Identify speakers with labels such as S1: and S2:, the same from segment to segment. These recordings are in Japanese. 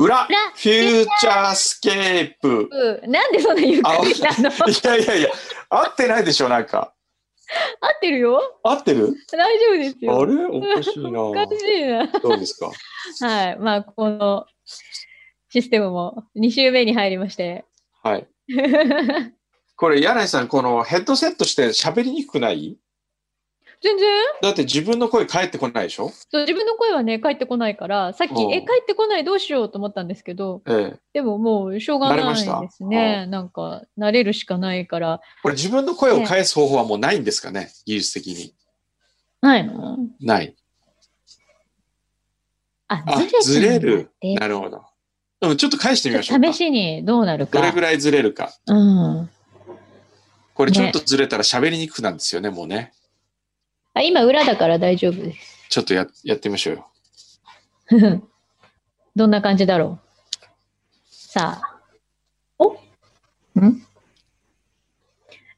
S1: フューチャースケープ。
S2: うんなんでそんなゆっくりなの合
S1: いやいやいや、合ってないでしょ、なんか。
S2: ってるよ
S1: 合ってる
S2: 大丈夫です
S1: あ
S2: よ
S1: れおかしいな。
S2: おかしいな
S1: どうですか
S2: はいまあこのシステムも2週目に入りまして
S1: はい。これ、柳井さん、このヘッドセットして喋りにくくない
S2: 全然
S1: だって自分の声返ってこないでしょ
S2: そう自分の声はね返ってこないからさっき
S1: うん
S2: え返ってこないどうしようと思ったんですけど
S1: ええ。
S2: でももうしょうが
S1: 慣れ
S2: な
S1: まし
S2: い
S1: た
S2: ですねなんか慣れるしかないから
S1: これ自分の声を返す方法はもうないんですかね技術的に。
S2: ないの
S1: ない。
S2: あ
S1: あ、ず
S2: ず
S1: れ
S2: れてるんだ
S1: る
S2: っ。て
S1: なるほど。うん、ちょっと返してみまし
S2: ち
S1: ょ
S2: ょ
S1: う
S2: っ
S1: か
S2: と試。しにどうなるか
S1: どれぐらいずれるか。
S2: うん、
S1: これちょっとずれたら喋りにくくなるんですよね、もうね。
S2: あ今裏だから大丈夫です
S1: ちょっとややってみましょうよ。
S2: どんな感じだろうさあおん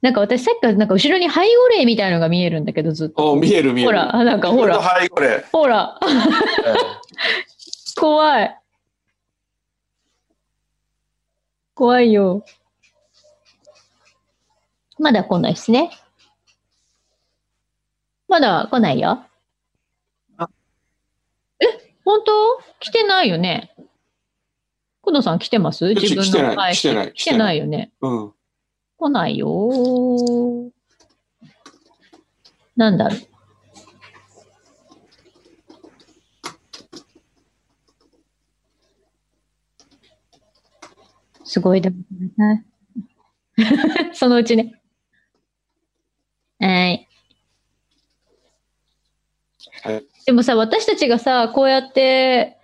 S2: なんか私さっきからなんか後ろに背後霊みたいのが見えるんだけどずっと
S1: お見える見える。
S2: ほらあなんかほら
S1: はい、これ。
S2: ほら怖い。怖いよ。まだ来ないですね。まだ来ないよ。
S3: あ
S2: え、本当来てないよね。工藤さん来てます
S1: ち
S2: 自分の
S1: 来てない
S2: 来
S1: 来
S2: て
S1: て
S2: な
S1: ない
S2: よね。
S1: うん。
S2: 来ないよー。なんだろう。すごいだ。 そのうちね。はい。
S1: はい
S2: でもさ、私たちがさ、こうやって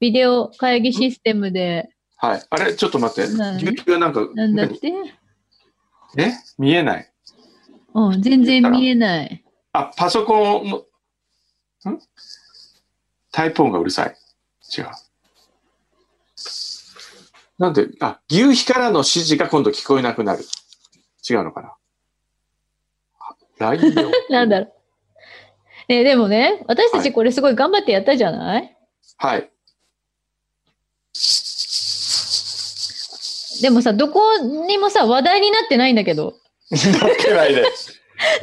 S2: ビデオ会議システムで、
S1: はい。あれ、ちょっと待って。
S2: 何
S1: 牛乳がなんか、
S2: なんだって、
S1: 何え見えない。
S2: うん、全然見えない。
S1: あ、パソコンも、んタイプ音がうるさい。違う。なんで、あ、牛皮からの指示が今度聞こえなくなる。違うのかな。あ LINE で
S2: なんだろう。ね、でもね、私たちこれすごい頑張ってやったじゃない、
S1: はい。
S2: でもさ、どこにもさ、話題になってないんだけど。
S1: なってないで。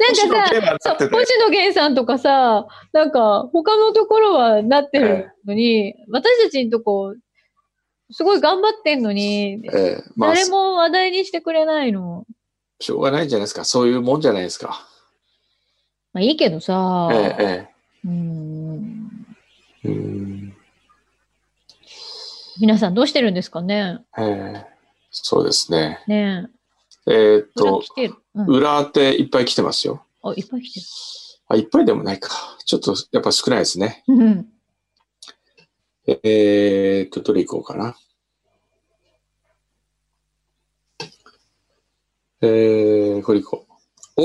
S1: 星
S2: な
S1: 野
S2: んか
S1: 源はな
S2: さ
S1: っ、
S2: そ
S1: て
S2: う
S1: たよ
S2: 星野源さんとかさ、なんか他のところはなってるのに、私たちのとこ、すごい頑張ってんのに、
S1: ええまあ、
S2: 誰も話題にしてくれないの。
S1: しょうがないんじゃないですか。そういうもんじゃないですか。
S2: まあいいけどさ、
S1: ええ、え
S2: うーん
S1: え。うん
S2: 皆さんどうしてるんですかね
S1: ええ。そうですね。
S2: ねえ。
S1: えーっ
S2: 裏
S1: と
S2: 来、てる。うん。
S1: 裏っていっぱい来てますよ。
S2: あ、いっぱい来て
S1: あ、いっぱいでもないか。ちょっとやっぱ少ないですね。
S2: る。うん。
S1: えーっと、どれ行こうかな。えー、これ行こう。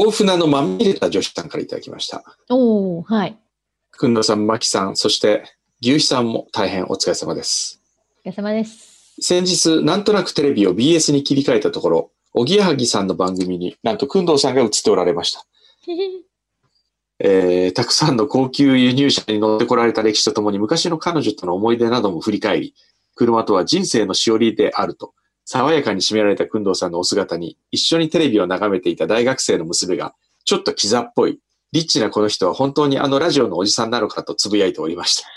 S1: 大船のまみれた女子さんからいただきました。
S2: おー、はい。
S1: くんどさん、まきさん、そして牛さんも大変お疲れ様です。
S2: お疲れ様です。
S1: 先日、なんとなくテレビを BS に切り替えたところ、おぎやはぎさんの番組になんとくんどさんが映っておられました。えーたくさんの高級輸入車に乗ってこられた歴史とともに昔の彼女との思い出なども振り返り、車とは人生のしおりであると、爽やかに締められた工藤さんのお姿に、一緒にテレビを眺めていた大学生の娘が、ちょっとキザっぽい、リッチなこの人は本当にあのラジオのおじさんなのかと呟いておりました。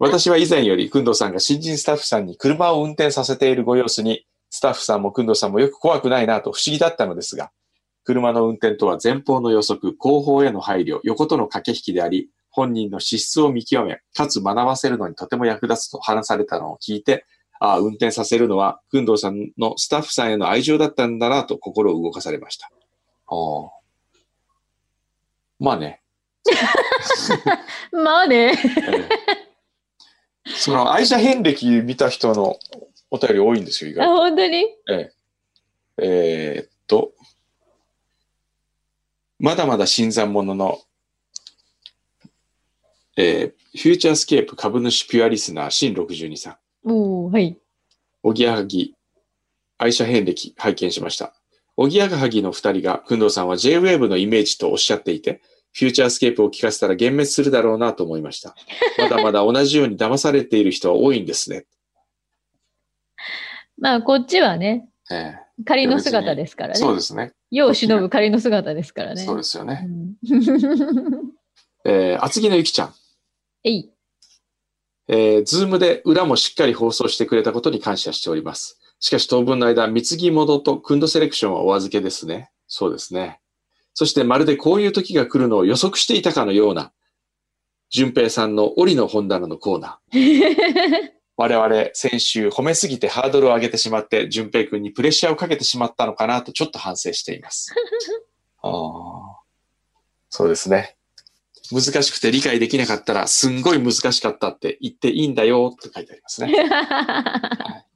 S1: 私は以前より、工藤さんが新人スタッフさんに車を運転させているご様子に、スタッフさんも工藤さんもよく怖くないなと不思議だったのですが、車の運転とは前方の予測、後方への配慮、横との駆け引きであり、本人の資質を見極め、かつ学ばせるのにとても役立つと話されたのを聞いて、ああ、運転させるのは、工藤さんのスタッフさんへの愛情だったんだなと心を動かされました。ああ。まあね。
S2: まあね。
S1: ええその愛車遍歴見た人のお便り多いんですよ、意
S2: あ、
S1: 外と。
S2: 本当に
S1: えーっと、まだまだ新参者の、えーフューチャースケープ株主ピュアリスナー新62さん、
S2: おー、はい。
S1: おぎやはぎ、愛車遍歴拝見しました。おぎやはぎの二人が、くんどうさんは JWAVE のイメージとおっしゃっていて、フューチャースケープを聞かせたら幻滅するだろうなと思いました。まだまだ同じように騙されている人は多いんですね。
S2: まあ、こっちはね、
S1: え
S2: 仮の姿ですか
S1: え
S2: ら
S1: そう
S2: ね。
S1: ですね。
S2: 世を忍ぶ仮の姿ですからね。
S1: そうですよね。
S2: うん
S1: えー厚木のゆきちゃん。
S2: えい。
S1: えー、ズームで裏もしっかり放送してくれたことに感謝しております。しかし当分の間、貢ぎ戻とクンドセレクションはお預けですね。そうですね。そしてまるでこういう時が来るのを予測していたかのような、淳平さんの折の本棚のコーナー。我々、先週褒めすぎてハードルを上げてしまって、淳平くんにプレッシャーをかけてしまったのかなとちょっと反省してい ます。ああ。そうですね。難しくて理解できなかったら、すんごい難しかったって言っていいんだよって書いてありますね。ま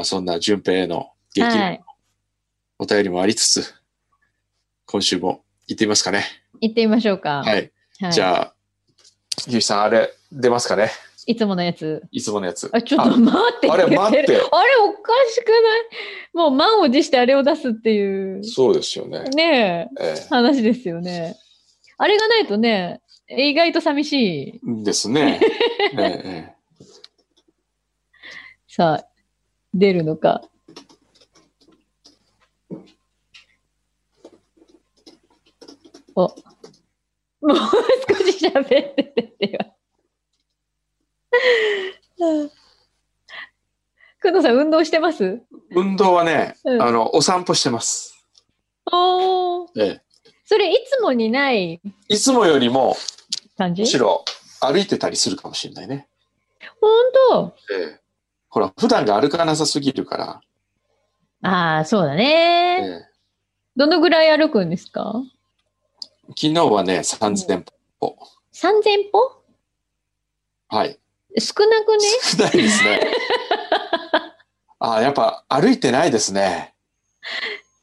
S1: あ、そんな淳平への激
S2: は
S1: 励
S2: い。
S1: お便りもありつつ、今週も行ってみますかね。
S2: 行ってみましょうか。。
S1: はいい。じゃあ、ゆうきさん、あれ出ますかね
S2: いつものやつ。
S1: いつものやつ。
S2: あ、ちょっと待って
S1: ああれ待って
S2: 言る あれおかしくないもう満を持してあれを出すっていう。
S1: そうですよね。
S2: ねえ、
S1: え
S2: 話ですよね。あれがないとね、意外と寂しい。
S1: えです ね。えええ
S2: さあ、出るのか。お、 もう少し喋っててってよ。 くんのさん、運動してます
S1: え運動はね、
S2: うん
S1: あの、お散歩してます。
S2: おー
S1: え
S2: それいつもにない
S1: えいつもよりも、
S2: 感じ
S1: むしろ歩いてたりするかもしれないね。
S2: ほんと
S1: ええほら、普段が歩かなさすぎるから、
S2: ああ、そうだ
S1: え
S2: ね。
S1: え
S2: どのぐらい歩くんですか
S1: 昨日はね、3000歩。
S2: 3000歩
S1: はい。
S2: 少なくね
S1: 少ないですね。 あやっぱ歩いてないですね。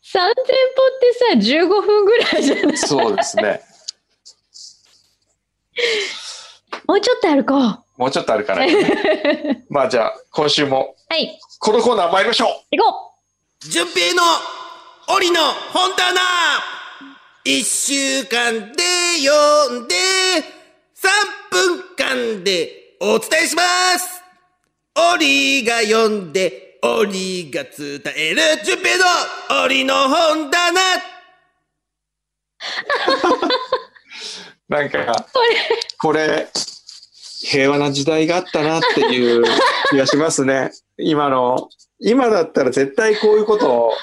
S2: 3000歩ってさ15分ぐらいじゃない
S1: そうですね。
S2: もうちょっと歩こうは
S1: もうちょっとあるから、 まあじゃあ、今週も
S2: い
S1: このコーナー参りましょう
S2: 行こ
S3: 順平の檻の本棚一週間で読んで三分間でお伝えします檻が読んで檻が伝える順平の檻の本棚
S1: なんか、これ、平和な時代があったなって いう気がしますね。今の、今だったら絶対こういうことを、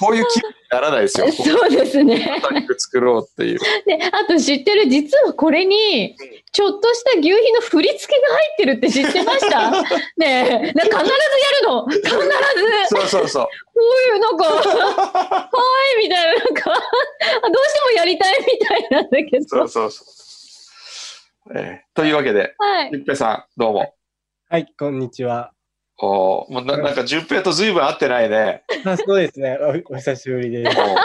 S1: こういう気分にならないですよ。
S2: う
S1: こう
S2: そうですね
S1: 作ろうっていう。
S2: であと知ってる実はこれにちょっとした牛皮の振り付けが入ってるって知ってました ねえな必ずやるの必ずこ
S1: そうそうそう。
S2: ういう なんかはいみたいななんかどうしてもやりたいみたいなんだけ
S1: そ
S2: ど
S1: うそうそう。えーというわけで、
S2: はい
S1: 淳平さん、どうも。
S4: はい、こんにちは。
S1: おーもうななんか淳平と随分会ってないね。
S4: あそうですねお、お久しぶりで
S1: お
S4: す。
S1: ー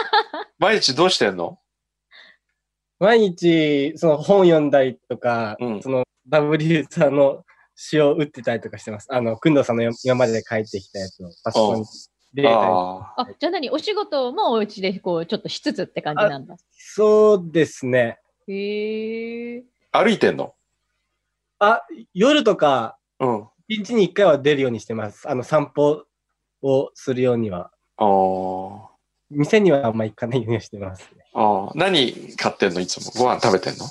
S1: 毎日どうしてんの
S4: 毎日、その本読んだりとか、
S1: うん
S4: その W さんの詩を打ってたりとかしてます。あの、くんどうさんのよ今まで書いてきたやつをパソコンに入れたり。
S1: あ
S2: あじゃあ何お仕事もお家でこうちょっとしつつって感じなんだ
S4: そうですね。
S2: へえ
S1: ー歩いてんの
S4: あ、夜とか、
S1: うん。
S4: 1日に1回は出るようにしてます。あの、散歩をするようには。
S1: おー
S4: 店にはあんま行かないようにはしてます、ね。
S1: ああ、何買ってんのいつも。ご飯食べてんの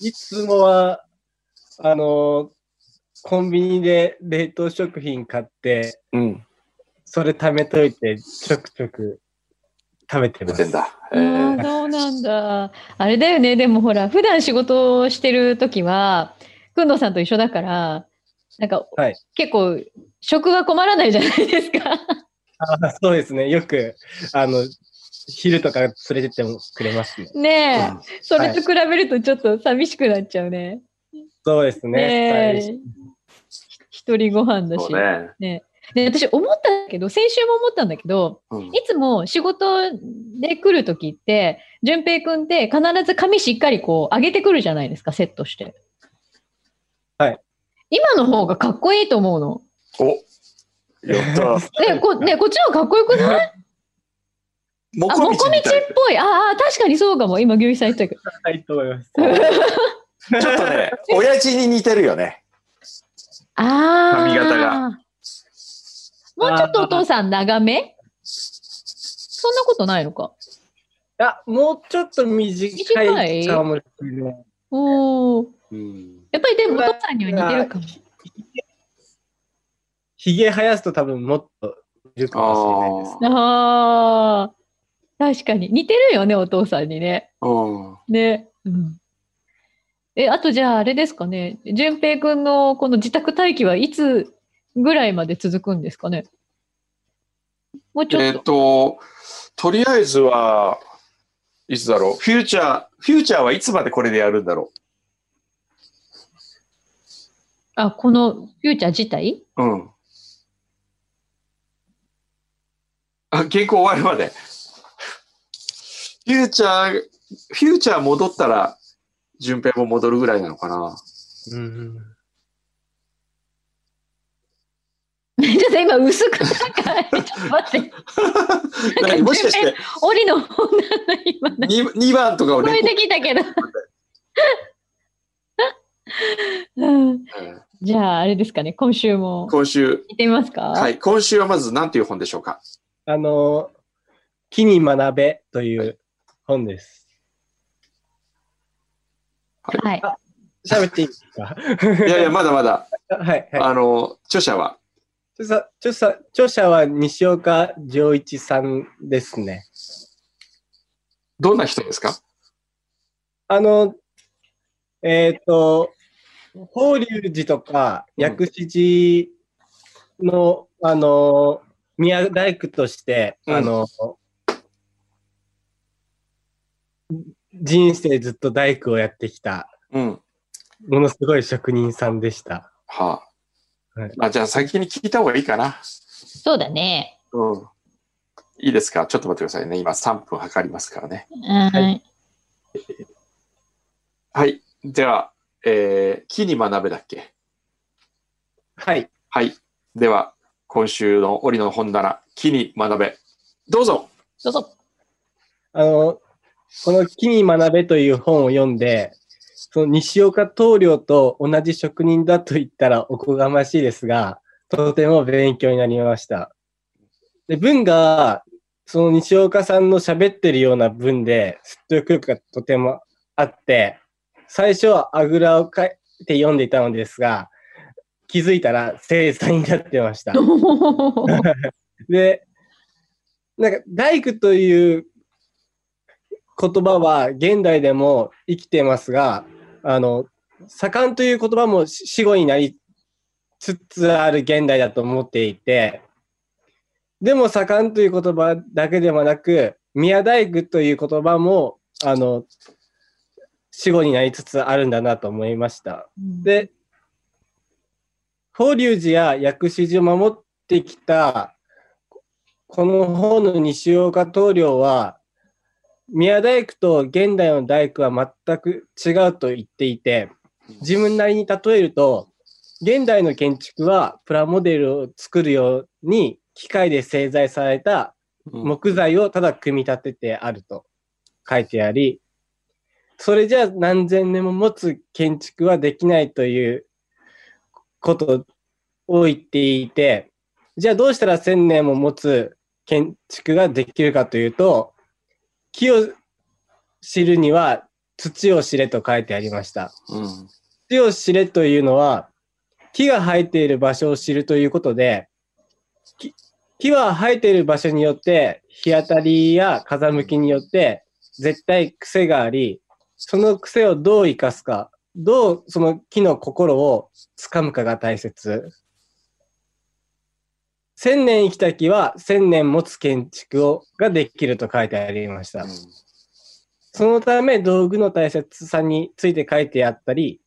S4: いつもは、あの、コンビニで冷凍食品買って、
S1: うん。
S4: それ貯めといて、ちょくちょく食べて
S1: 食べ
S4: ま
S1: て
S4: す
S1: ん。だ。え
S2: あ
S1: ー
S2: あそうなんだ。あれだよね。でもほら、普段仕事をしてるときは、くんどうさんと一緒だから、なんか、
S4: はい
S2: 結構、食が困らないじゃないですか。
S4: あ そうですね。よく、あの、昼とか連れてってもくれますね。
S2: ねえ、
S1: うん
S2: それと比べるとちょっと寂しくなっちゃうね。
S4: そうですね。
S2: ねえ。一人ご飯だ
S1: そ
S2: し。
S1: うね。
S2: で私思ったんだけど、先週も思ったんだけど、
S1: うん
S2: いつも仕事で来るときって、淳平くんって必ず髪しっかりこう上げてくるじゃないですか、セットして。
S4: はい。
S2: 今の方がかっこいいと思うの。
S1: おやった。
S2: ね、こねこっちの方がかっこよくない
S1: も
S2: あ、
S1: こ
S2: も
S1: みち
S2: こみ
S1: み
S2: ち
S1: たい
S2: っぽい。ああ、確かにそうかも。今、牛一さん言ったけど。
S4: はい、と思います。
S1: ちょっ とね、親父に似てるよね。
S2: ああ。
S1: 髪型が。
S2: もうちょっとお父さん長めそんなことないのか。
S4: あ、もうちょっと短いかもしれない。
S2: おお。
S4: うん。
S2: やっぱりでもお父さんには似てるかも。
S4: ひげ生やすと多分もっといるかもしれないです。
S2: ああ。確かに。似てるよね、お父さんにね。
S1: うん。
S2: ね。うん。え、あとじゃああれですかね。淳平くんのこの自宅待機はいつぐらいまで続くんですかね。もうち
S1: え
S2: ょ
S1: っ、
S2: っと。
S1: と、とりあえずは、いつだろう。フューチャー、フューチャーはいつまでこれでやるんだろ
S2: あ、このフューチャー自体
S1: う。うん。あ、原稿終わるまで。フューチャー、フューチャー戻ったら、順平も戻るぐらいなのかな。
S4: うん。
S2: ちょっと今薄くなんか、ちょっと待って、
S1: 何もしかして
S2: 檻の女の今、聞
S1: 2, 2番とかを
S2: こえ
S1: ね、
S2: てきたけど。 うん
S1: うん
S2: じゃあ、あれですかね、今週も
S1: 今週、
S2: 行ってみますか。
S1: は。い、今週はまず何という本でしょうか。
S4: あの、木に学べという本です。
S2: はい、
S4: 喋っていいですか
S1: いやい や、まだまだ、
S4: はい、はい。
S1: あの、著者は、
S4: 著者著者著者は西岡丈一さんですね。
S1: どんな人ですか
S4: あの、えっ、と、法隆寺とか
S1: うん
S4: 薬師寺の、あの、宮大工として、
S1: うん
S4: あの、人生ずっと大工をやってきた、
S1: うん。
S4: ものすごい職人さんでした。
S1: はあ。
S4: はい
S1: あじゃあ先に聞いた方がいいかな。
S2: そうだね。
S1: うん。いいですかちょっと待ってくださいね。今3分測りますからね。
S2: はい。
S1: はい。では、えー、木に学べだっけ
S4: はい。
S1: はい。では、今週の折の本棚、木に学べ。どうぞ
S2: どう ぞ。
S4: あの、この木に学べという本を読んで、その西岡棟梁と同じ職人だと言ったらおこがましいですが、とても勉強になりました。で、文が、その西岡さんの喋ってるような文で、説得力がとてもあって、最初はあぐらをかいて読んでいたのですが、気づいたら精査になってました。で、なんか、大工という言葉は現代でも生きてますが、あの、盛んという言葉も死語になりつつある現代だと思っていて、でも盛んという言葉だけではなく、宮大工という言葉も、あの、死語になりつつあるんだなと思いました。で、法隆寺や薬師寺を守ってきた、この方の西岡棟梁は、宮大工と現代の大工は全く違うと言っていて、自分なりに例えると、現代の建築はプラモデルを作るように機械で製材された
S1: うん
S4: 木材をただ組み立ててあると書いてあり、それじゃあ何千年も持つ建築はできないということを言っていて、じゃあどうしたら千年も持つ建築ができるかというと、木を知るには土を知れと書いてありました。
S1: うん。
S4: 土を知れというのは、木が生えている場所を知るということで、き木は生えている場所によって、日当たりや風向きによって、絶対癖があり、その癖をどう生かすか、どうその木の心を掴むかが大切。千年生きた木は千年持つ建築をができると書いてありました。そのため道具の大切さについて書いてあったり、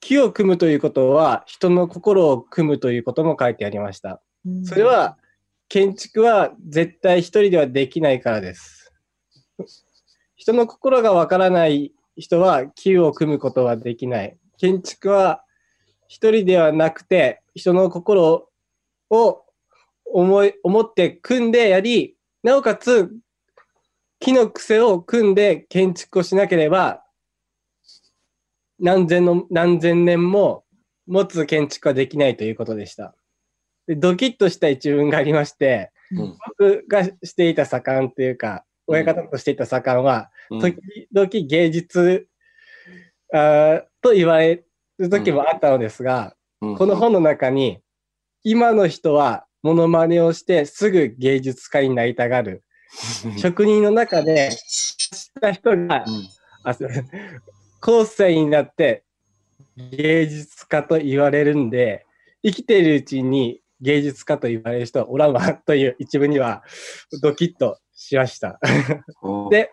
S4: 木を組むということは人の心を組むということも書いてありました。それは建築は絶対一人ではできないからです。人の心がわからない人は木を組むことはできない。建築は一人ではなくて人の心を思い思って組んでやり、なおかつ木の癖を組んで建築をしなければ、何千の、何千年も持つ建築はできないということでした。でドキッとした一文がありまして、
S1: うん
S4: 僕がしていた左官というか、
S1: うん
S4: 親方としていた左官は、
S1: うん
S4: 時々芸術あーと言われる時もあったのですが、
S1: うん
S4: この本の中に、今の人はモノマネをしてすぐ芸術家になりたがる。職人の中で、した人が
S1: う、 ん
S4: あすいません後世になって芸術家と言われるんで、生きているうちに芸術家と言われる人はおらんわという一部にはドキッとしました。
S1: お
S4: で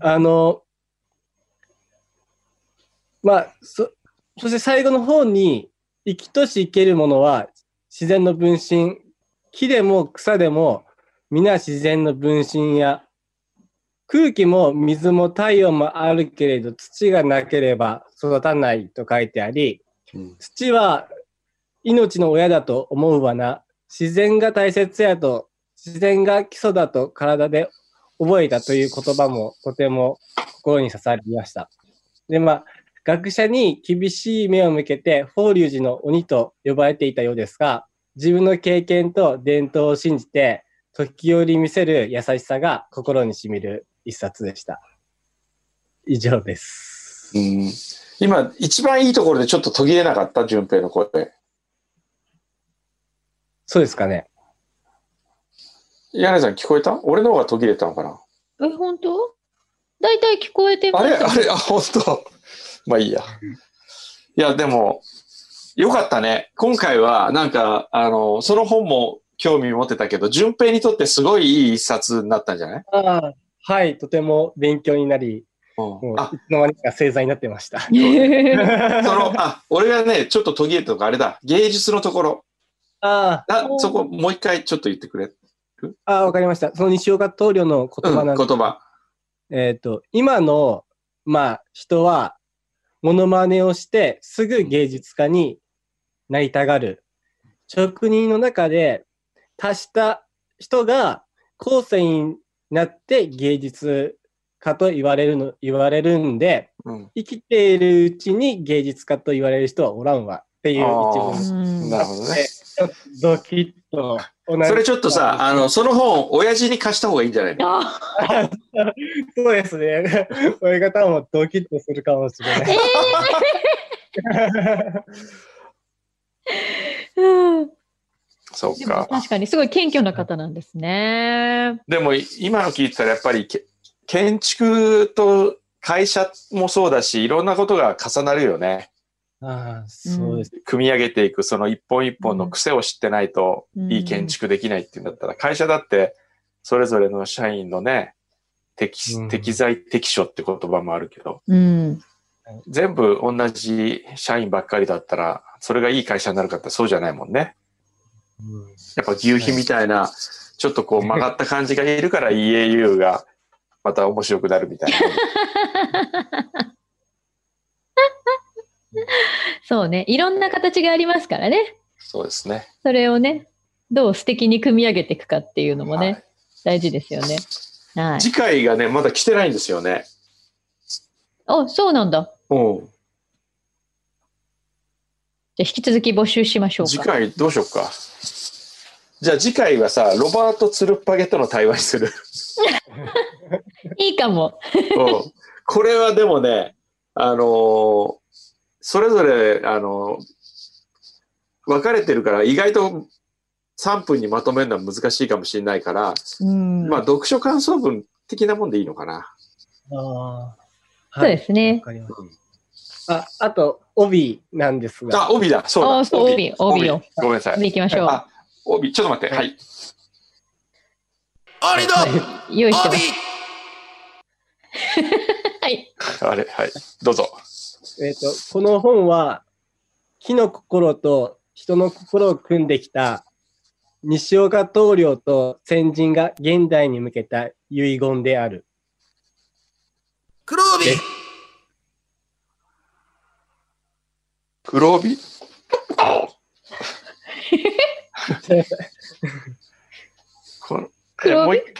S4: あの、まあ、そ、そして最後の方に、生きとし生けるものは自然の分身。木でも草でも皆自然の分身や、空気も水も太陽もあるけれど土がなければ育たないと書いてあり、
S1: うん
S4: 土は命の親だと思うわな。自然が大切やと、自然が基礎だと体で覚えたという言葉もとても心に刺さりました。で、まあ、学者に厳しい目を向けて、法隆寺の鬼と呼ばれていたようですが、自分の経験と伝統を信じて、時折見せる優しさが心に染みる一冊でした。以上です。
S1: うん今、一番いいところでちょっと途切れなかった、淳平の声。
S4: そうですかね。
S1: 柳井さん聞こえた俺の方が途切れたのかな
S2: え、本当大体聞こえてま
S1: あ
S2: す
S1: れあれあ、本当まあいいや。いや、でも、よかったね。今回は、なんか、あの、その本も興味持ってたけど、淳平にとってすごいいい一冊になったんじゃない、
S4: ああはい、とても勉強になり、
S1: う
S4: も
S1: ん、
S4: う
S1: あ、
S4: いつの間にか正座になってました。
S1: その、あ、俺がね、ちょっと途切れたとこあれだ。芸術のところ。
S4: ああ
S1: な
S2: おー
S1: そこ、もう一回ちょっと言ってくれ。
S4: ああ、わかりました。その西岡棟梁の
S1: う
S4: 言
S1: ん、
S4: 葉な
S1: 言
S4: んです、
S1: 葉。
S4: えっ、と、今の、まあ、人は、モノマネをして、すぐ芸術家になりたがる。職人の中で、足した人が、後世になって芸術家と言われるの、言われるんで、
S1: うん。
S4: 生きているうちに芸術家と言われる人はおらんわ。っていう一
S1: あ
S4: 文
S1: ー
S2: うん
S1: なるほどね。
S4: ドキッと。
S1: それちょっとさ、あの、その本、親父に貸した方がいいんじゃないの
S2: あ
S4: そうですね。 そういう方もドキッとするかもしれな い。
S2: うん
S1: そう
S2: でも
S1: か。
S2: 確かにすごい謙虚な方なんですね。
S1: でも、い今の聞いてたら、やっぱりけ、建築と会社もそうだし、いろんなことが重なるよね。
S4: ああ、そうです。
S1: 組み上げていく、その一本一本の癖を知ってないと、いい建築できないっていうんだったら、会社だって、それぞれの社員のね、適
S4: うん
S1: 適材適所って言葉もあるけど、
S2: うん。
S1: 全部同じ社員ばっかりだったら、それがいい会社になるかってそうじゃないもんね。
S4: うん
S1: やっぱ牛皮みたいな、ちょっとこう曲がった感じがいるから EAU がまた面白くなるみたい な。
S2: そうね。いろんな形がありますからね。
S1: そうですね。
S2: それをね、どう素敵に組み上げていくかっていうのもね、
S1: はい
S2: 大事ですよね。はい。
S1: 次回がね、まだ来てないんですよね。
S2: あ、そうなんだ。
S1: うん。
S2: じゃあ引き続き募集しましょうか。
S1: 次回どうしようか。じゃあ次回はさ、ロバート・ツルッパゲとの対話に する。
S2: いいかも。
S1: うんこれはでもね、あのーそれぞれ、あのー分かれてるから、意外と3分にまとめるのは難しいかもしれないから、
S2: うん。
S1: まあ、読書感想文的なもんでいいのかな。
S4: ああ。
S2: そうです
S4: わ
S2: ね。
S4: かりました。あ、あと、帯なんですが。
S1: あ、帯だ、そうだ。
S2: あそう帯帯よ
S1: ごめんなさい。
S2: 次行きましょう。
S1: あ、帯、ちょっと待って、はい。
S3: オリの
S2: 用意してます。
S3: 帯
S2: はい。
S1: あれ、はい。どうぞ。
S4: えっ、と、この本は、木の心と人の心を組んできた、西岡棟梁と先人が現代に向けた遺言であ る。
S3: 黒帯
S1: 黒帯この
S2: 黒帯
S1: え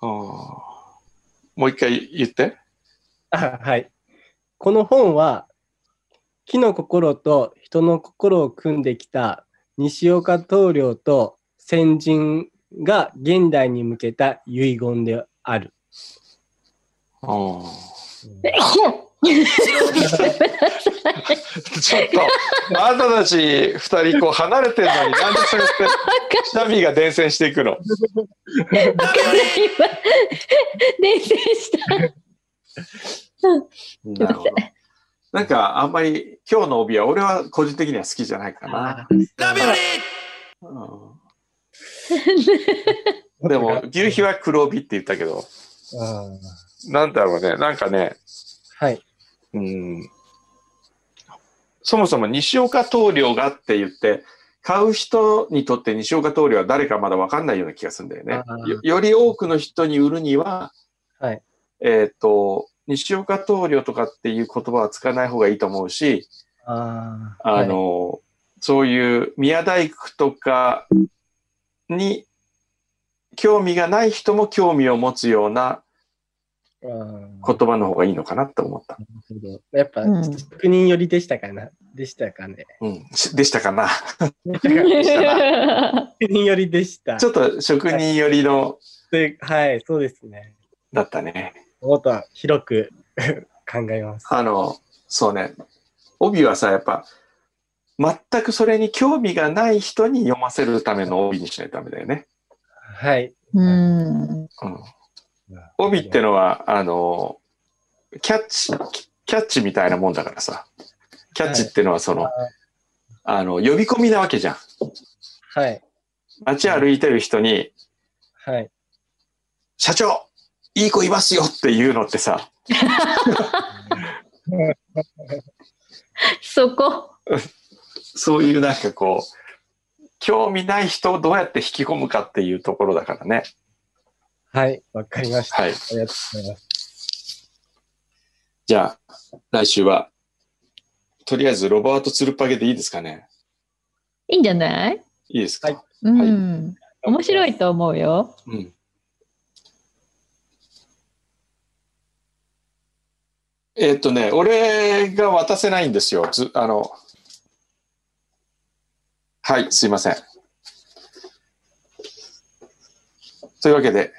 S1: もう一回あもう一回言って。
S4: あはい。この本は、木の心と人の心を組んできた西岡棟梁と先人が現代に向けた遺言である。
S1: あ ー
S3: 白帯
S1: ちょっと、あなたたち二人こう離れてるのに、なんでそうやって、シャミが伝染していくの。
S3: ダメより
S2: 今、冷静した。
S1: なるほど。 なんか、あんまり、今日の帯は、俺は個人的には好きじゃないかな。
S3: ダメより
S1: うんでも、牛皮は黒帯って言ったけど、
S4: うん
S1: なんだろうね、なんかね、
S4: はい。
S1: うんそもそも西岡棟梁がって言って、買う人にとって西岡棟梁は誰かまだ分かんないような気がするんだよね
S4: あ。ー
S1: よより多くの人に売るには、
S4: はい
S1: えっ、と、西岡棟梁とかっていう言葉は使わない方がいいと思うし、
S4: あー
S1: あ、の、そういう宮大工とかに興味がない人も興味を持つような
S4: はいうん
S1: 言葉の方がいいのかなと思った。
S4: やっぱ、
S2: うん
S4: 職人寄りでしたかなでしたかね。
S1: うん、しでしたかな。
S4: 職人寄りでした。
S1: ちょっと職人寄りの
S4: ではい、そうですね。
S1: だったね。
S4: もっと広く 考えます。
S1: あの、そうね。帯はさ、やっぱ、全くそれに興味がない人に読ませるための帯にしないとダメだよね。
S4: はい。
S2: うん。
S1: うん、帯ってのは、あの、キャッチ、キャッチみたいなもんだからさ。キャッチってのはその、あの、呼び込みなわけじゃん。
S4: はい。
S1: 街歩いてる人に、
S4: はい。
S1: 社長、いい子いますよっていうのってさ、
S2: そこ。
S1: そういうなんかこう、興味ない人をどうやって引き込むかっていうところだからね。
S4: はい。わかりました。あ
S1: はい。
S4: りがとうございます。
S1: じゃあ、来週は、とりあえずロバート・ツルパゲでいいですかね。
S2: いいんじゃない
S1: いいですか、
S4: はい
S2: うん。面白いと思うよ。
S1: うん。えーっとね、俺が渡せないんですよ。ずあの、はい、すいません。というわけで、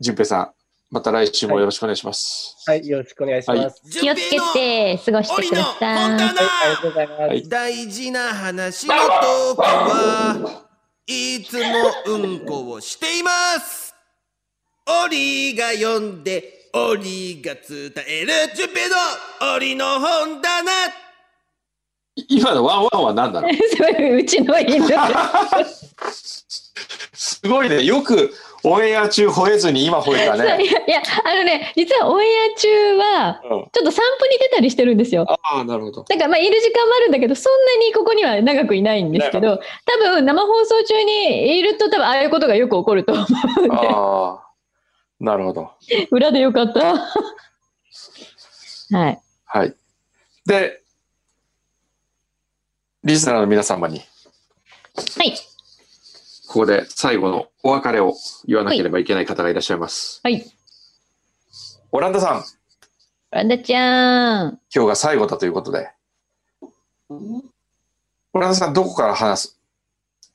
S1: 淳平さん、また来週もよろしくお願いします。
S4: はい。よろしくお願いします。
S2: 気をつけて過ごして
S3: 檻
S2: く
S3: の
S2: だ
S3: 本
S2: さい。
S4: はい。ありがと
S3: 棚
S4: うございます。
S1: はい
S3: 大事な話のトークはいつもうんこをしていますオリが読んでオリが伝えるジュンペイのオリの本棚
S1: 今のワンワンは何な の
S2: そういううちの 犬。
S1: すごいね。よくオンエア中吠えずに今吠えた
S2: そう
S1: ね。
S2: いやいや、あのね、実はオンエア中は、
S1: うん、
S2: ちょっと散歩に出たりしてるんですよ。
S1: ああ、なる ほど。
S2: だからまあいる時間もあるんだけど、そんなにここには長くいないんですけど、多分生放送中にいると多分ああいうことがよく起こると思うんで、
S1: ああ、なるほど。
S2: 裏でよか った。はい。
S1: はい。で、リスナーの皆様に、
S2: はい。
S1: ここで最後のお別れを言わなければいけない方がいらっしゃいます。
S2: はい。
S1: オランダさん、
S2: ランダちゃん。
S1: 今日が最後だということで。オランダさん、どこから話す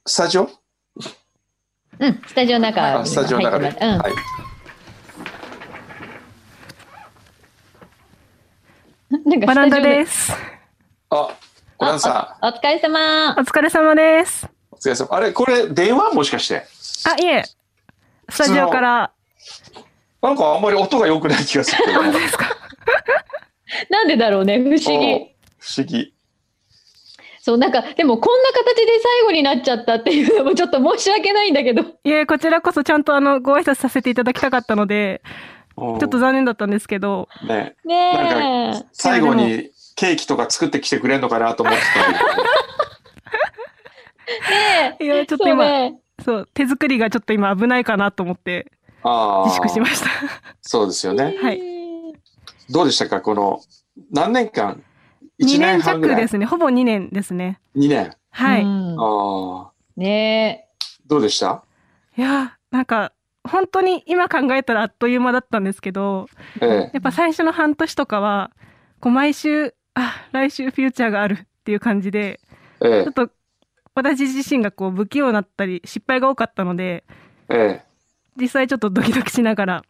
S1: スタジオ
S2: うん、スタジオの中
S1: あ
S2: に
S1: スタジオの中
S2: 入
S1: で。
S2: ってますうん
S1: はい。
S2: なんか。
S5: バランダですす。
S1: あ、オランダさ
S2: おお疲れ様
S5: お。疲れ様です。
S1: ん、お疲れ様。あれ、これ、電話もしかして。
S5: あ、いえ、スタジオから、
S1: なんかあんまり音が良くない気がするけどね、
S2: なんでだろう ね、不思議。
S1: 不思議。
S2: そう、なんか、でもこんな形で最後になっちゃったっていうのもちょっと申し訳ないんだけど。
S5: いえ、こちらこそちゃんとあの、ご挨拶させていただきたかったので、
S1: ちょ
S5: ちょっと残念だったんですけど、
S1: ね
S2: ねえ。
S1: 最後にケーキとか作ってきてくれんのかなと思ってたんだけどね
S5: いや、ちょっと
S2: そう
S5: 今、
S2: ね。
S5: そう、手作りがちょっと今危ないかなと思って、
S1: ああ
S5: 自粛しました。
S1: そうですよね
S5: はい
S1: どうでしたかこの何年間1
S5: 2年
S1: 年半ぐ
S5: 弱
S1: らい
S5: ですね。ほぼ2年ですね。
S1: 2年
S5: はい。
S2: う
S5: い
S2: ん
S1: ああ
S2: ねえ。
S1: どうでした
S5: や、なんか、本当に今考えたらあっという間だったんですけど、
S1: ええ。
S5: やっぱ最初の半年とかは、こう毎週、あ、来週フューチャーがあるっていう感じで、
S1: え
S5: ちょっと私自身がこう不器用になったり失敗が多かったので、
S1: え。え
S5: 実際ちょっとドキドキしながら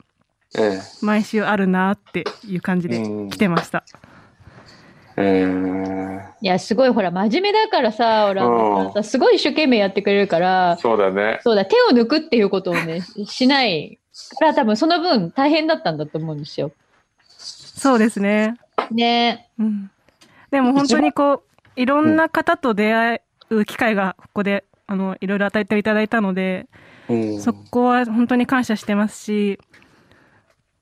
S1: え。え
S5: 毎週あるなっていう感じ
S1: え。
S5: で
S1: うん
S5: 来てました。
S1: ええ。
S2: いや、すごい、ほら、真面目だからさ、ほら、
S1: うん
S2: さすごい一生懸命やってくれるから、
S1: そうだね。
S2: そうだ、手を抜くっていうことをね、しないから、多分その分大変だったんだと思うんですよ。
S5: そうですね。
S2: ね
S5: うん、でも本当にこういろんな方と出会う機会がここであのいろいろ与えていただいたので、
S1: うん。
S5: そこは本当に感謝してますし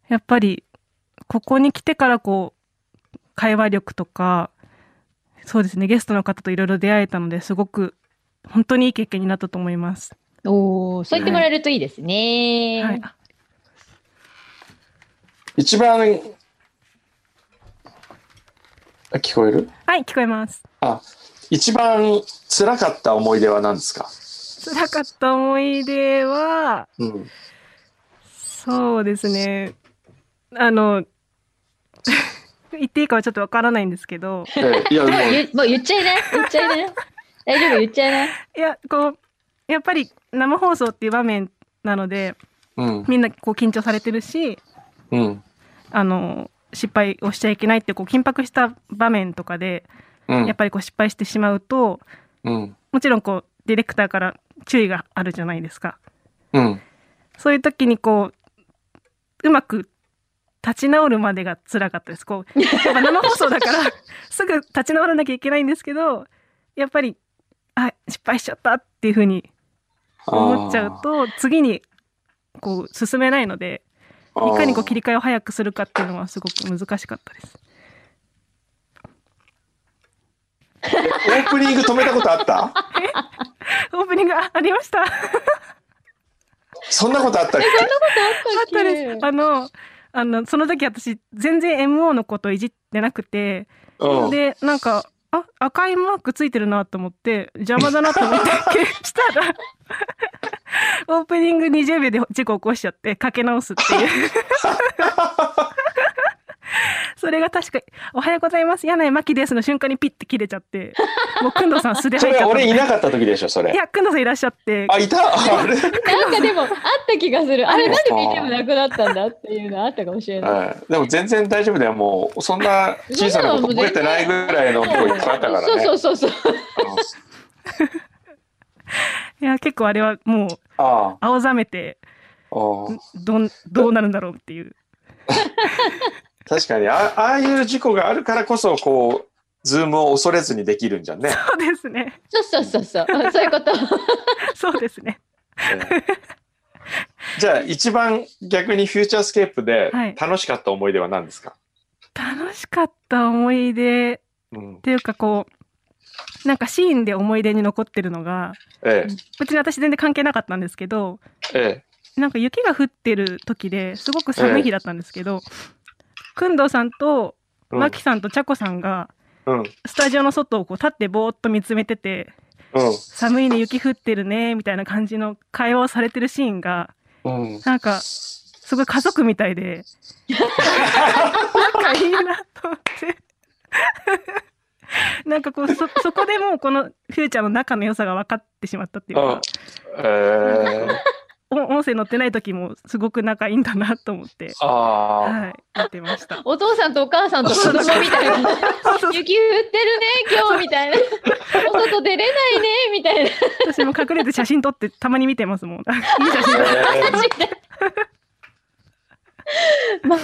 S5: やっぱりここに来てからこう会話力とかそうですねゲストの方といろいろ出会えたのですごく本当にいい経験になったと思います。
S2: おおそう言ってもらえるといいですね。
S5: はい、
S1: 一番、あ聞こえる
S5: はい、聞こえます。
S1: あ、一番辛かった思い出は何ですか
S5: 辛かった思い出は
S1: うん。
S5: そうですね。あの、言っていいかはちょっとわからないんですけど、
S1: ええ。いや、
S2: で
S1: で
S2: も
S1: も、
S2: 言もう言っちゃいない言っちゃいない大丈夫言っちゃいない
S5: いや、こう、やっぱり生放送っていう場面なので、
S1: うん。
S5: みんなこう緊張されてるし、
S1: うん。
S5: あの、失敗をしちゃいけないってこう緊迫した場面とかで、
S1: う
S5: やっ
S1: ん。
S5: ぱりこう失敗してしまうと、
S1: うん。
S5: もちろんこう、ディレクターから注意があるじゃないですか。
S1: うん。
S5: そういう時にこう、うまく立ち直るまでが辛かったです。こう、やっぱ生放 送だから、すぐ立ち直らなきゃいけないんですけど、やっぱり、あ、失敗しちゃったっていうふうに思っちゃうと、次に、こう、進めないので、
S1: あー、
S5: いかにこう切り替えを早くするかっていうのはすごく難しかったです。
S1: オープニング止めたことあった
S5: オープニング、あありました。あっ
S1: そんなことあったっ
S5: たです。あの、あの、その時私、全然 MO のこといじってなくて、
S1: けうん。
S5: でなんかあ赤いマークついてるなと思って邪魔だなと思って したらオープニング20秒で事故起こしちゃってかけ直すっていう それが確か「おはようございます柳井真紀です」の瞬間にピッて切れちゃ ってもう工藤さん素で
S1: そ
S5: 入っち
S1: れ
S5: ゃった
S1: 俺いなかった時でしょ、そ
S5: い
S1: れ。
S5: や工藤さんいらっしゃって
S1: あ、いたあれ
S2: なんかでもあった気がする。あれなんで見てもなくなったんだっていうのあったかもしれない。
S1: はいでも全然大丈夫だよ。もう、そんな小さなこと覚えてないぐらいのこといっぱいあったからね。
S2: そうそうそうそう。
S5: いや結構あれはもう
S1: あ
S5: 青ざめて
S1: あああ
S5: どんどうなるんだろうっていう
S1: 確かにあ、ああいう事故があるからこそ、こう、ズームを恐れずにできるんじゃんね。
S5: そうですね
S2: そうそうそうそう。 そういうこと。
S5: そうですね
S1: ええじゃあ、一番逆にフューチャースケープで
S5: はい
S1: 楽しかった思い出は何ですか、
S5: 楽しかった思い出
S1: うん
S5: っ。ていうかこうなんかシーンで思い出に残ってるのが
S1: え
S5: 別に私全然関係なかったんですけど
S1: え、え
S5: なんか雪が降ってる時ですごく寒い日だったんですけど工藤、さんと
S1: え。
S5: 真木さんと茶子さんが
S1: うん。うん。
S5: スタジオの外をこう立ってぼーっと見つめてて「寒いね雪降ってるね」みたいな感じの会話をされてるシーンが
S1: うん。うん。
S5: なんかすごい家族みたいで なんかいいなと思って なんかこうそそこでもうこのフューチャーの仲の良さが分かってしまったっていう
S1: あ
S5: か
S1: ええ
S5: お音声載ってない時もすごく仲いいんだなと思って
S1: ああ。
S5: はい見てました
S2: お父さんとお母さんと子供みたいな。
S5: そうそう
S2: 雪降ってるね、今日み たいな。お外出れないね、みたいな。
S5: 私も隠れて写真撮ってたまに見てますもんいい写真だ
S1: ええ
S2: マジで。まあ、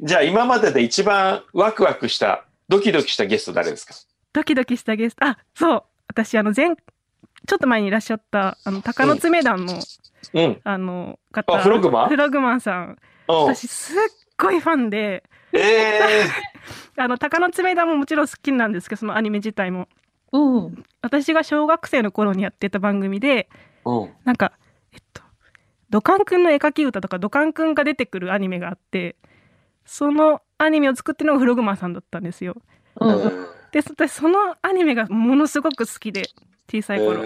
S1: じゃあ、今までで一番ワクワクした、ドキドキしたゲスト誰ですか
S5: ドキドキしたゲストあそう私あの前ちょっと前にいらっしゃったあの鷹の爪団の
S1: うん。
S5: あの方
S1: あフログマン
S5: フログマンさん
S1: うん。
S5: 私すっごいファンで
S1: ええ
S5: あの鷹の爪田ももちろん好きなんですけどそのアニメ自体も
S2: うん。
S5: 私が小学生の頃にやってた番組で
S1: うん。
S5: なんかえっとドカンくんの絵描き歌とかドカンくんが出てくるアニメがあってそのアニメを作ってるのがフログマンさんだったんですよ
S2: うん。
S5: でそ私そのアニメがものすごく好きで小さい頃、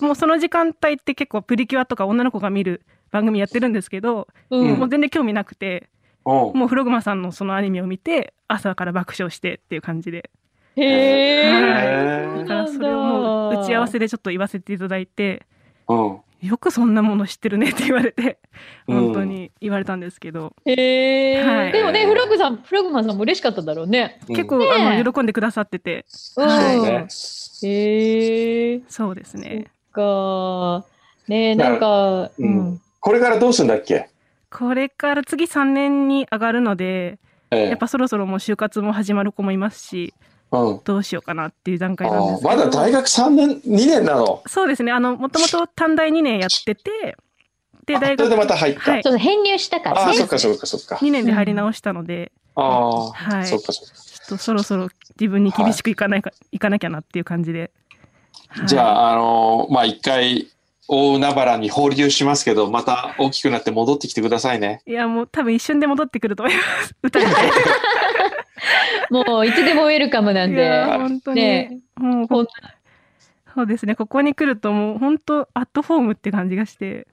S5: もうその時間帯って結構プリキュアとか女の子が見る番組やってるんですけど、
S2: うん
S5: もう全然興味なくて
S1: おう
S5: もうフログマさんのそのアニメを見て朝から爆笑してっていう感じで
S2: へ
S5: は
S2: え。
S1: へ
S5: だ
S1: ー
S5: からそれをもう打ち合わせでちょっと言わせていただいて
S1: うん
S5: よくそんなもの知ってるねって言われて
S1: うん
S5: 本当に言われたんですけど、
S2: へえ、
S5: はい
S2: でもね、フログさん、フログマンさんも嬉しかっただろうね。
S1: うん
S5: 結構、
S2: ねえ
S5: あの喜んでくださってて
S2: うん。
S1: そうね
S2: へえ。
S5: そうですね
S2: そっか。ねえ、なんか、
S1: うんこれからどうするんだっけ
S5: これから次3年に上がるので
S1: え
S5: やっぱそろそろもう就活も始まる子もいますし
S1: うん
S5: どうしようかなっていう段階なん
S1: あ
S5: で
S1: あ
S5: すけど
S1: まだ大学3年、2年なの。
S5: そうですねあのもともと短大2年やっててで
S1: あ
S5: 大
S1: それ
S5: 学
S1: でまた入った。
S5: はい
S2: そうそう、編入したか
S1: あ
S2: ら
S1: あ、
S2: ね。
S1: そっかそっかそっか。
S5: 2年で入り直したので、
S1: あ
S5: は
S1: あ、
S5: い
S1: そっかそっ
S5: ちょっとそろそろ自分に厳しくいかないか、い、かなきゃなっていう感じで、は
S1: か。
S5: い
S1: じゃあ、あのーまあ、一回、大海原に放流しますけど、また大きくなって戻ってきてくださいね。
S5: いやもう多分一瞬で戻ってくると思います。歌って。
S2: もう、いつでもウェルカムなん
S5: い
S2: で。
S5: や本当に、
S2: ね
S5: もう
S2: こん
S5: こそうですねここに来るともう本当アットホームって感じがして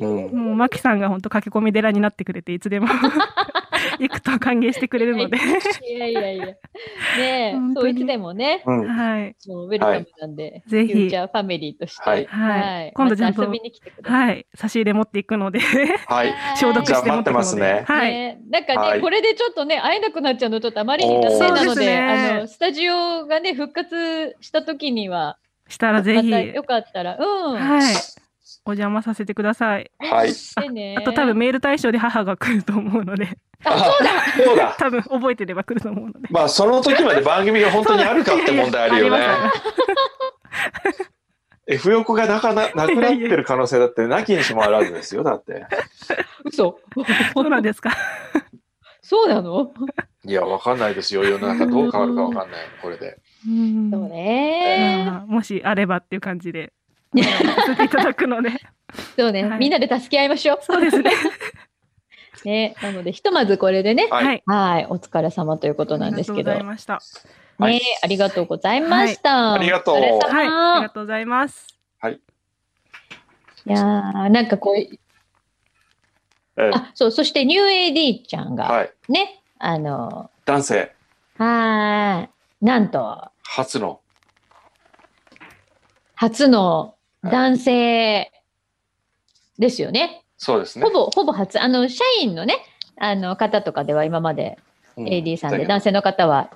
S1: うん。
S5: もうマキさんが本当駆け込み寺になってくれていつでも行くと歓迎してくれるので、
S2: いやいやいや。ねえ、
S5: 本当
S2: そう、
S5: に
S2: いつでもね、
S1: うん。
S5: はい
S2: もうウェルカムなんで、
S5: ぜ
S2: フュー
S5: ひ
S2: チャーファミリーとして。
S1: はい
S5: はい今度ちゃんと
S2: また遊びに来てください。
S5: はい差し入れ持っていくので
S1: はい。
S2: はい
S5: 消毒
S1: じゃ
S5: し
S1: あ
S5: て持っていくので
S1: 待ってますね
S5: はい、
S2: ね、なんかね、
S1: はい
S2: これでちょっとね、会えなくなっちゃうの、ちょっとあまりに残念な
S5: おーそ
S2: ので、
S5: うですね
S2: あの、スタジオがね、復活した時には、
S5: したら
S2: また
S5: ぜひ、
S2: よかったら、うん。
S5: はいお邪魔させてください
S1: は い。
S2: してね。
S5: あと多分、メール対象で母が来ると思うので
S1: あ、そうだそうだ
S5: 多分覚えてれば来ると思うので
S1: まあ、その時まで番組が本当にあるかって問題あるよね
S5: いやいやあり。
S1: F 横がな かななくなってる可能性だって、なきにしもあらずですよ、だって。
S2: 嘘。
S5: そうなんですか
S2: そうなの
S1: いや、わかんないですよ。世の中どう変わるかわかんない。これで。
S5: うん
S2: そうね。
S5: まあもしあればっていう感じ で、お願いさせていただくので、
S2: そうね、
S5: はい
S2: みんなで助け合いましょう。
S5: そうですね。
S2: ね、なので、ひとまずこれでね、
S1: はい。
S5: はい、
S2: はい、お疲れ様ということ
S5: あ
S2: なん
S5: り
S2: で
S5: が
S2: す
S5: とう
S2: け
S5: ご
S2: ど、
S5: ざい
S2: ね、
S5: ました。
S1: はい
S2: ありがとうございました。
S1: ありがとう
S2: お疲れ様
S5: はい、ありがとうございます。
S2: いやーなんかこう、
S1: ええ
S2: あ、そう、そしてニュー AD ちゃんが、
S1: はい。
S2: ね、あの、
S1: 男性、
S2: はーい、なんと、
S1: 初の。
S2: 初の男性ですよね。
S1: そうですね
S2: ほ。ぼ、ほぼ初。あの、社員のね、あの方とかでは今まで
S1: うん
S2: AD さんで
S1: だ
S2: 男性の方は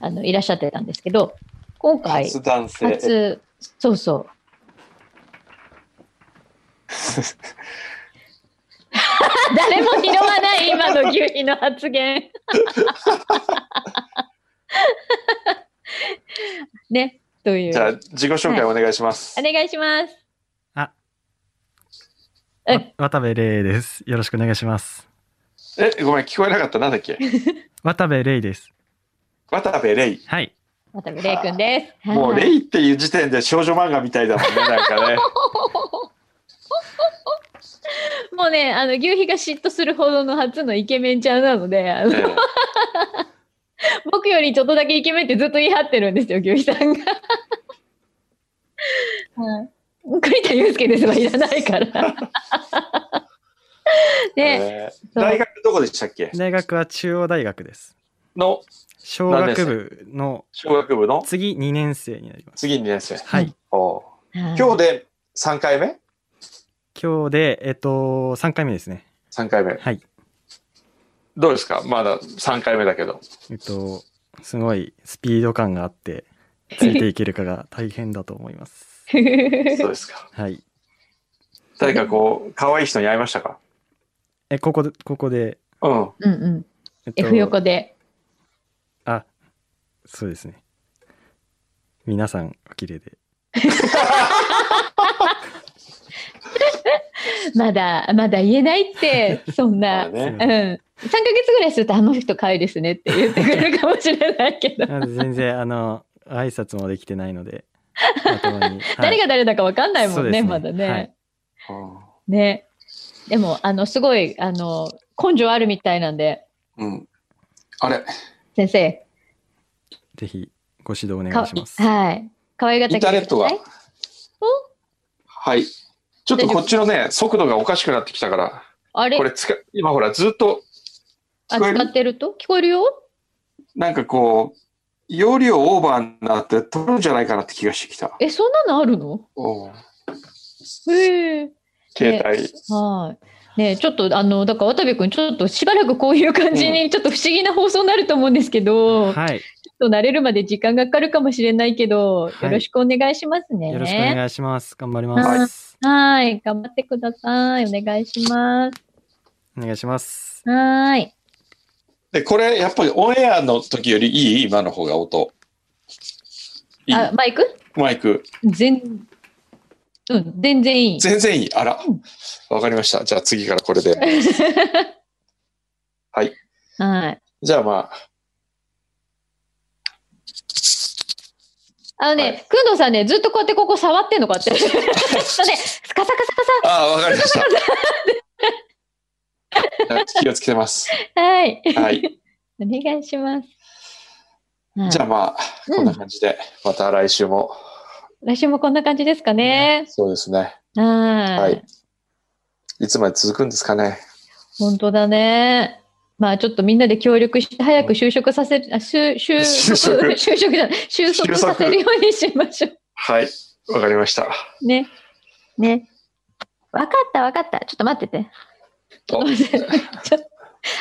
S2: あのいらっしゃってたんですけど、今
S1: け
S2: 回、
S1: ど初男性。
S2: 初、そうそう。 誰も拾わない今の牛皮の発言。 ね、とい
S1: じゃあ、
S2: う。
S1: 自己紹介お願いします。
S2: お願いします。
S6: あ
S2: え
S6: わ渡部玲です。よろしくお願いします。
S1: え、ごめん、聞こえなかった。なんだ っけ
S6: 渡部玲です。
S1: 渡部レイ。
S6: はい。
S2: 渡部玲くんです。
S1: もう
S2: はい
S1: レイっていう時点で少女漫画みたいだもんね、なんか ね。
S2: もうね、あの、牛皮が嫉妬するほどの初のイケメンちゃんなので、あ の
S1: ええ
S2: 僕よりちょっとだけイケメンってずっと言い張ってるんですよ、牛肥さんが。はい栗田祐介ですはいらない から。ね、
S1: ええ
S2: そう
S1: 大学どこでしたっけ
S6: 大学は中央大学です。
S1: の
S6: 小学部の
S1: 小学部の
S6: 次2年生になります。
S1: 次2年生。
S6: はい。
S1: おう
S2: はい
S1: 今日で3回目
S6: 今日で、えっと、3回目ですね。
S1: ?3 回目。
S6: はい。
S1: どうですかまだ3回目だけど。
S6: えっと、すごいスピード感があって、ついていけるかが大変だと思います。
S1: そうですか。
S6: はい。
S1: 誰かこう、可愛い人に会いましたか
S6: え、ここで、ここで、
S1: うん。
S2: うんうん。
S6: えっと
S2: F 横で。
S6: あ、そうですね。皆さん、お綺麗で。
S2: まだ、まだ言えないって、そん
S1: ま
S2: な。
S1: あ
S2: うん。
S1: ね
S2: 3ヶ月ぐらいすると、あの人可愛いですねって言ってくれるかもしれないけど、
S6: なので全然、あの、挨拶もできてないので、まとも に。はい
S2: 誰が誰だかわかんないも
S6: そうん
S2: ね、
S6: ですね
S2: まだね。
S6: はい
S2: ね。でも、あの、すごい、あの、根性あるみたいなんで、
S1: うん。あれ
S2: 先生、
S6: ぜひご指導お願いします。
S2: かはい。可愛がって
S1: インターネットが
S2: はい。
S1: はい。ちょっとこっちのね、速度がおかしくなってきたから、
S2: あれ
S1: これつか、今ほらずっと、
S2: あ
S1: 聞こえる
S2: 使ってると聞こえるよ
S1: なんかこう、容量オーバーになって取るんじゃないかなって気がしてきた。
S2: え、そんなのあるの
S1: おう
S2: へえ。
S1: 携帯。
S2: はい。ねえちょっと、あの、だから渡部君、ちょっとしばらくこういう感じに、ちょっと不思議な放送になると思うんですけど、ちょっ
S6: はい。
S2: と慣れるまで時間がかかるかもしれないけど、
S6: はい
S2: よろしくお願いしますね。
S6: よろしくお願いします。頑張ります。
S2: はい。頑張ってください。お願いします。
S6: お願いします。
S2: はい。
S1: で、これやっぱりオンエアの時よりいい今の方が音。いい
S2: あ、マイク
S1: マイク。
S2: 全、うん、全然 いい。
S1: 全然いい。あら。わかりました。じゃあ次からこれで。はい。
S2: はい。
S1: じゃあま
S2: あの
S1: は
S2: ね
S1: い、
S2: くんどうさんね、ずっとこうやってここ触ってんの、こうや って。ちょっとね、 カサカサカ
S1: あ。ああ、わかりました。 気をつけます。
S2: サ。はい。
S1: はい。
S2: お願いします。はい
S1: じゃあまあ、
S2: うん
S1: こんな感じで、また来週も。
S2: 来週もこんな感じですかね。
S1: そうですね。
S2: は
S1: はいい。いつまで続くんですかね。
S2: 本当だね。まあちょっとみんなで協力して早く就職させる、あ、就、就、
S1: 就職
S2: 就職じゃない、就職
S1: 就職
S2: させるようにしましょ
S1: はい。わかりました。
S2: う。ね。ね。わかったわかった。ちょっと待ってて。ちょっと待ってて。ちょっと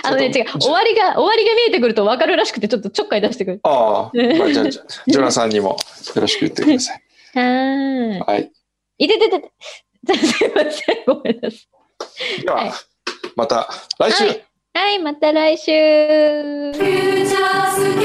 S2: あのね、
S1: ち
S2: 違
S1: ょ
S2: う
S1: っ。と
S2: 終わりが、終わりが見えてくるとわかるらしくて、ちょっとちょっかい出してくる。
S1: ああ、まあ、じゃあ、ジョナさんにもよろしく言ってください。
S2: はーい。
S1: はい。
S2: いてててて。すいません。ごめんなさい。
S1: では、
S2: はい
S1: また来週、
S2: はい、はい、また来週。
S7: 「フューチャースケープ」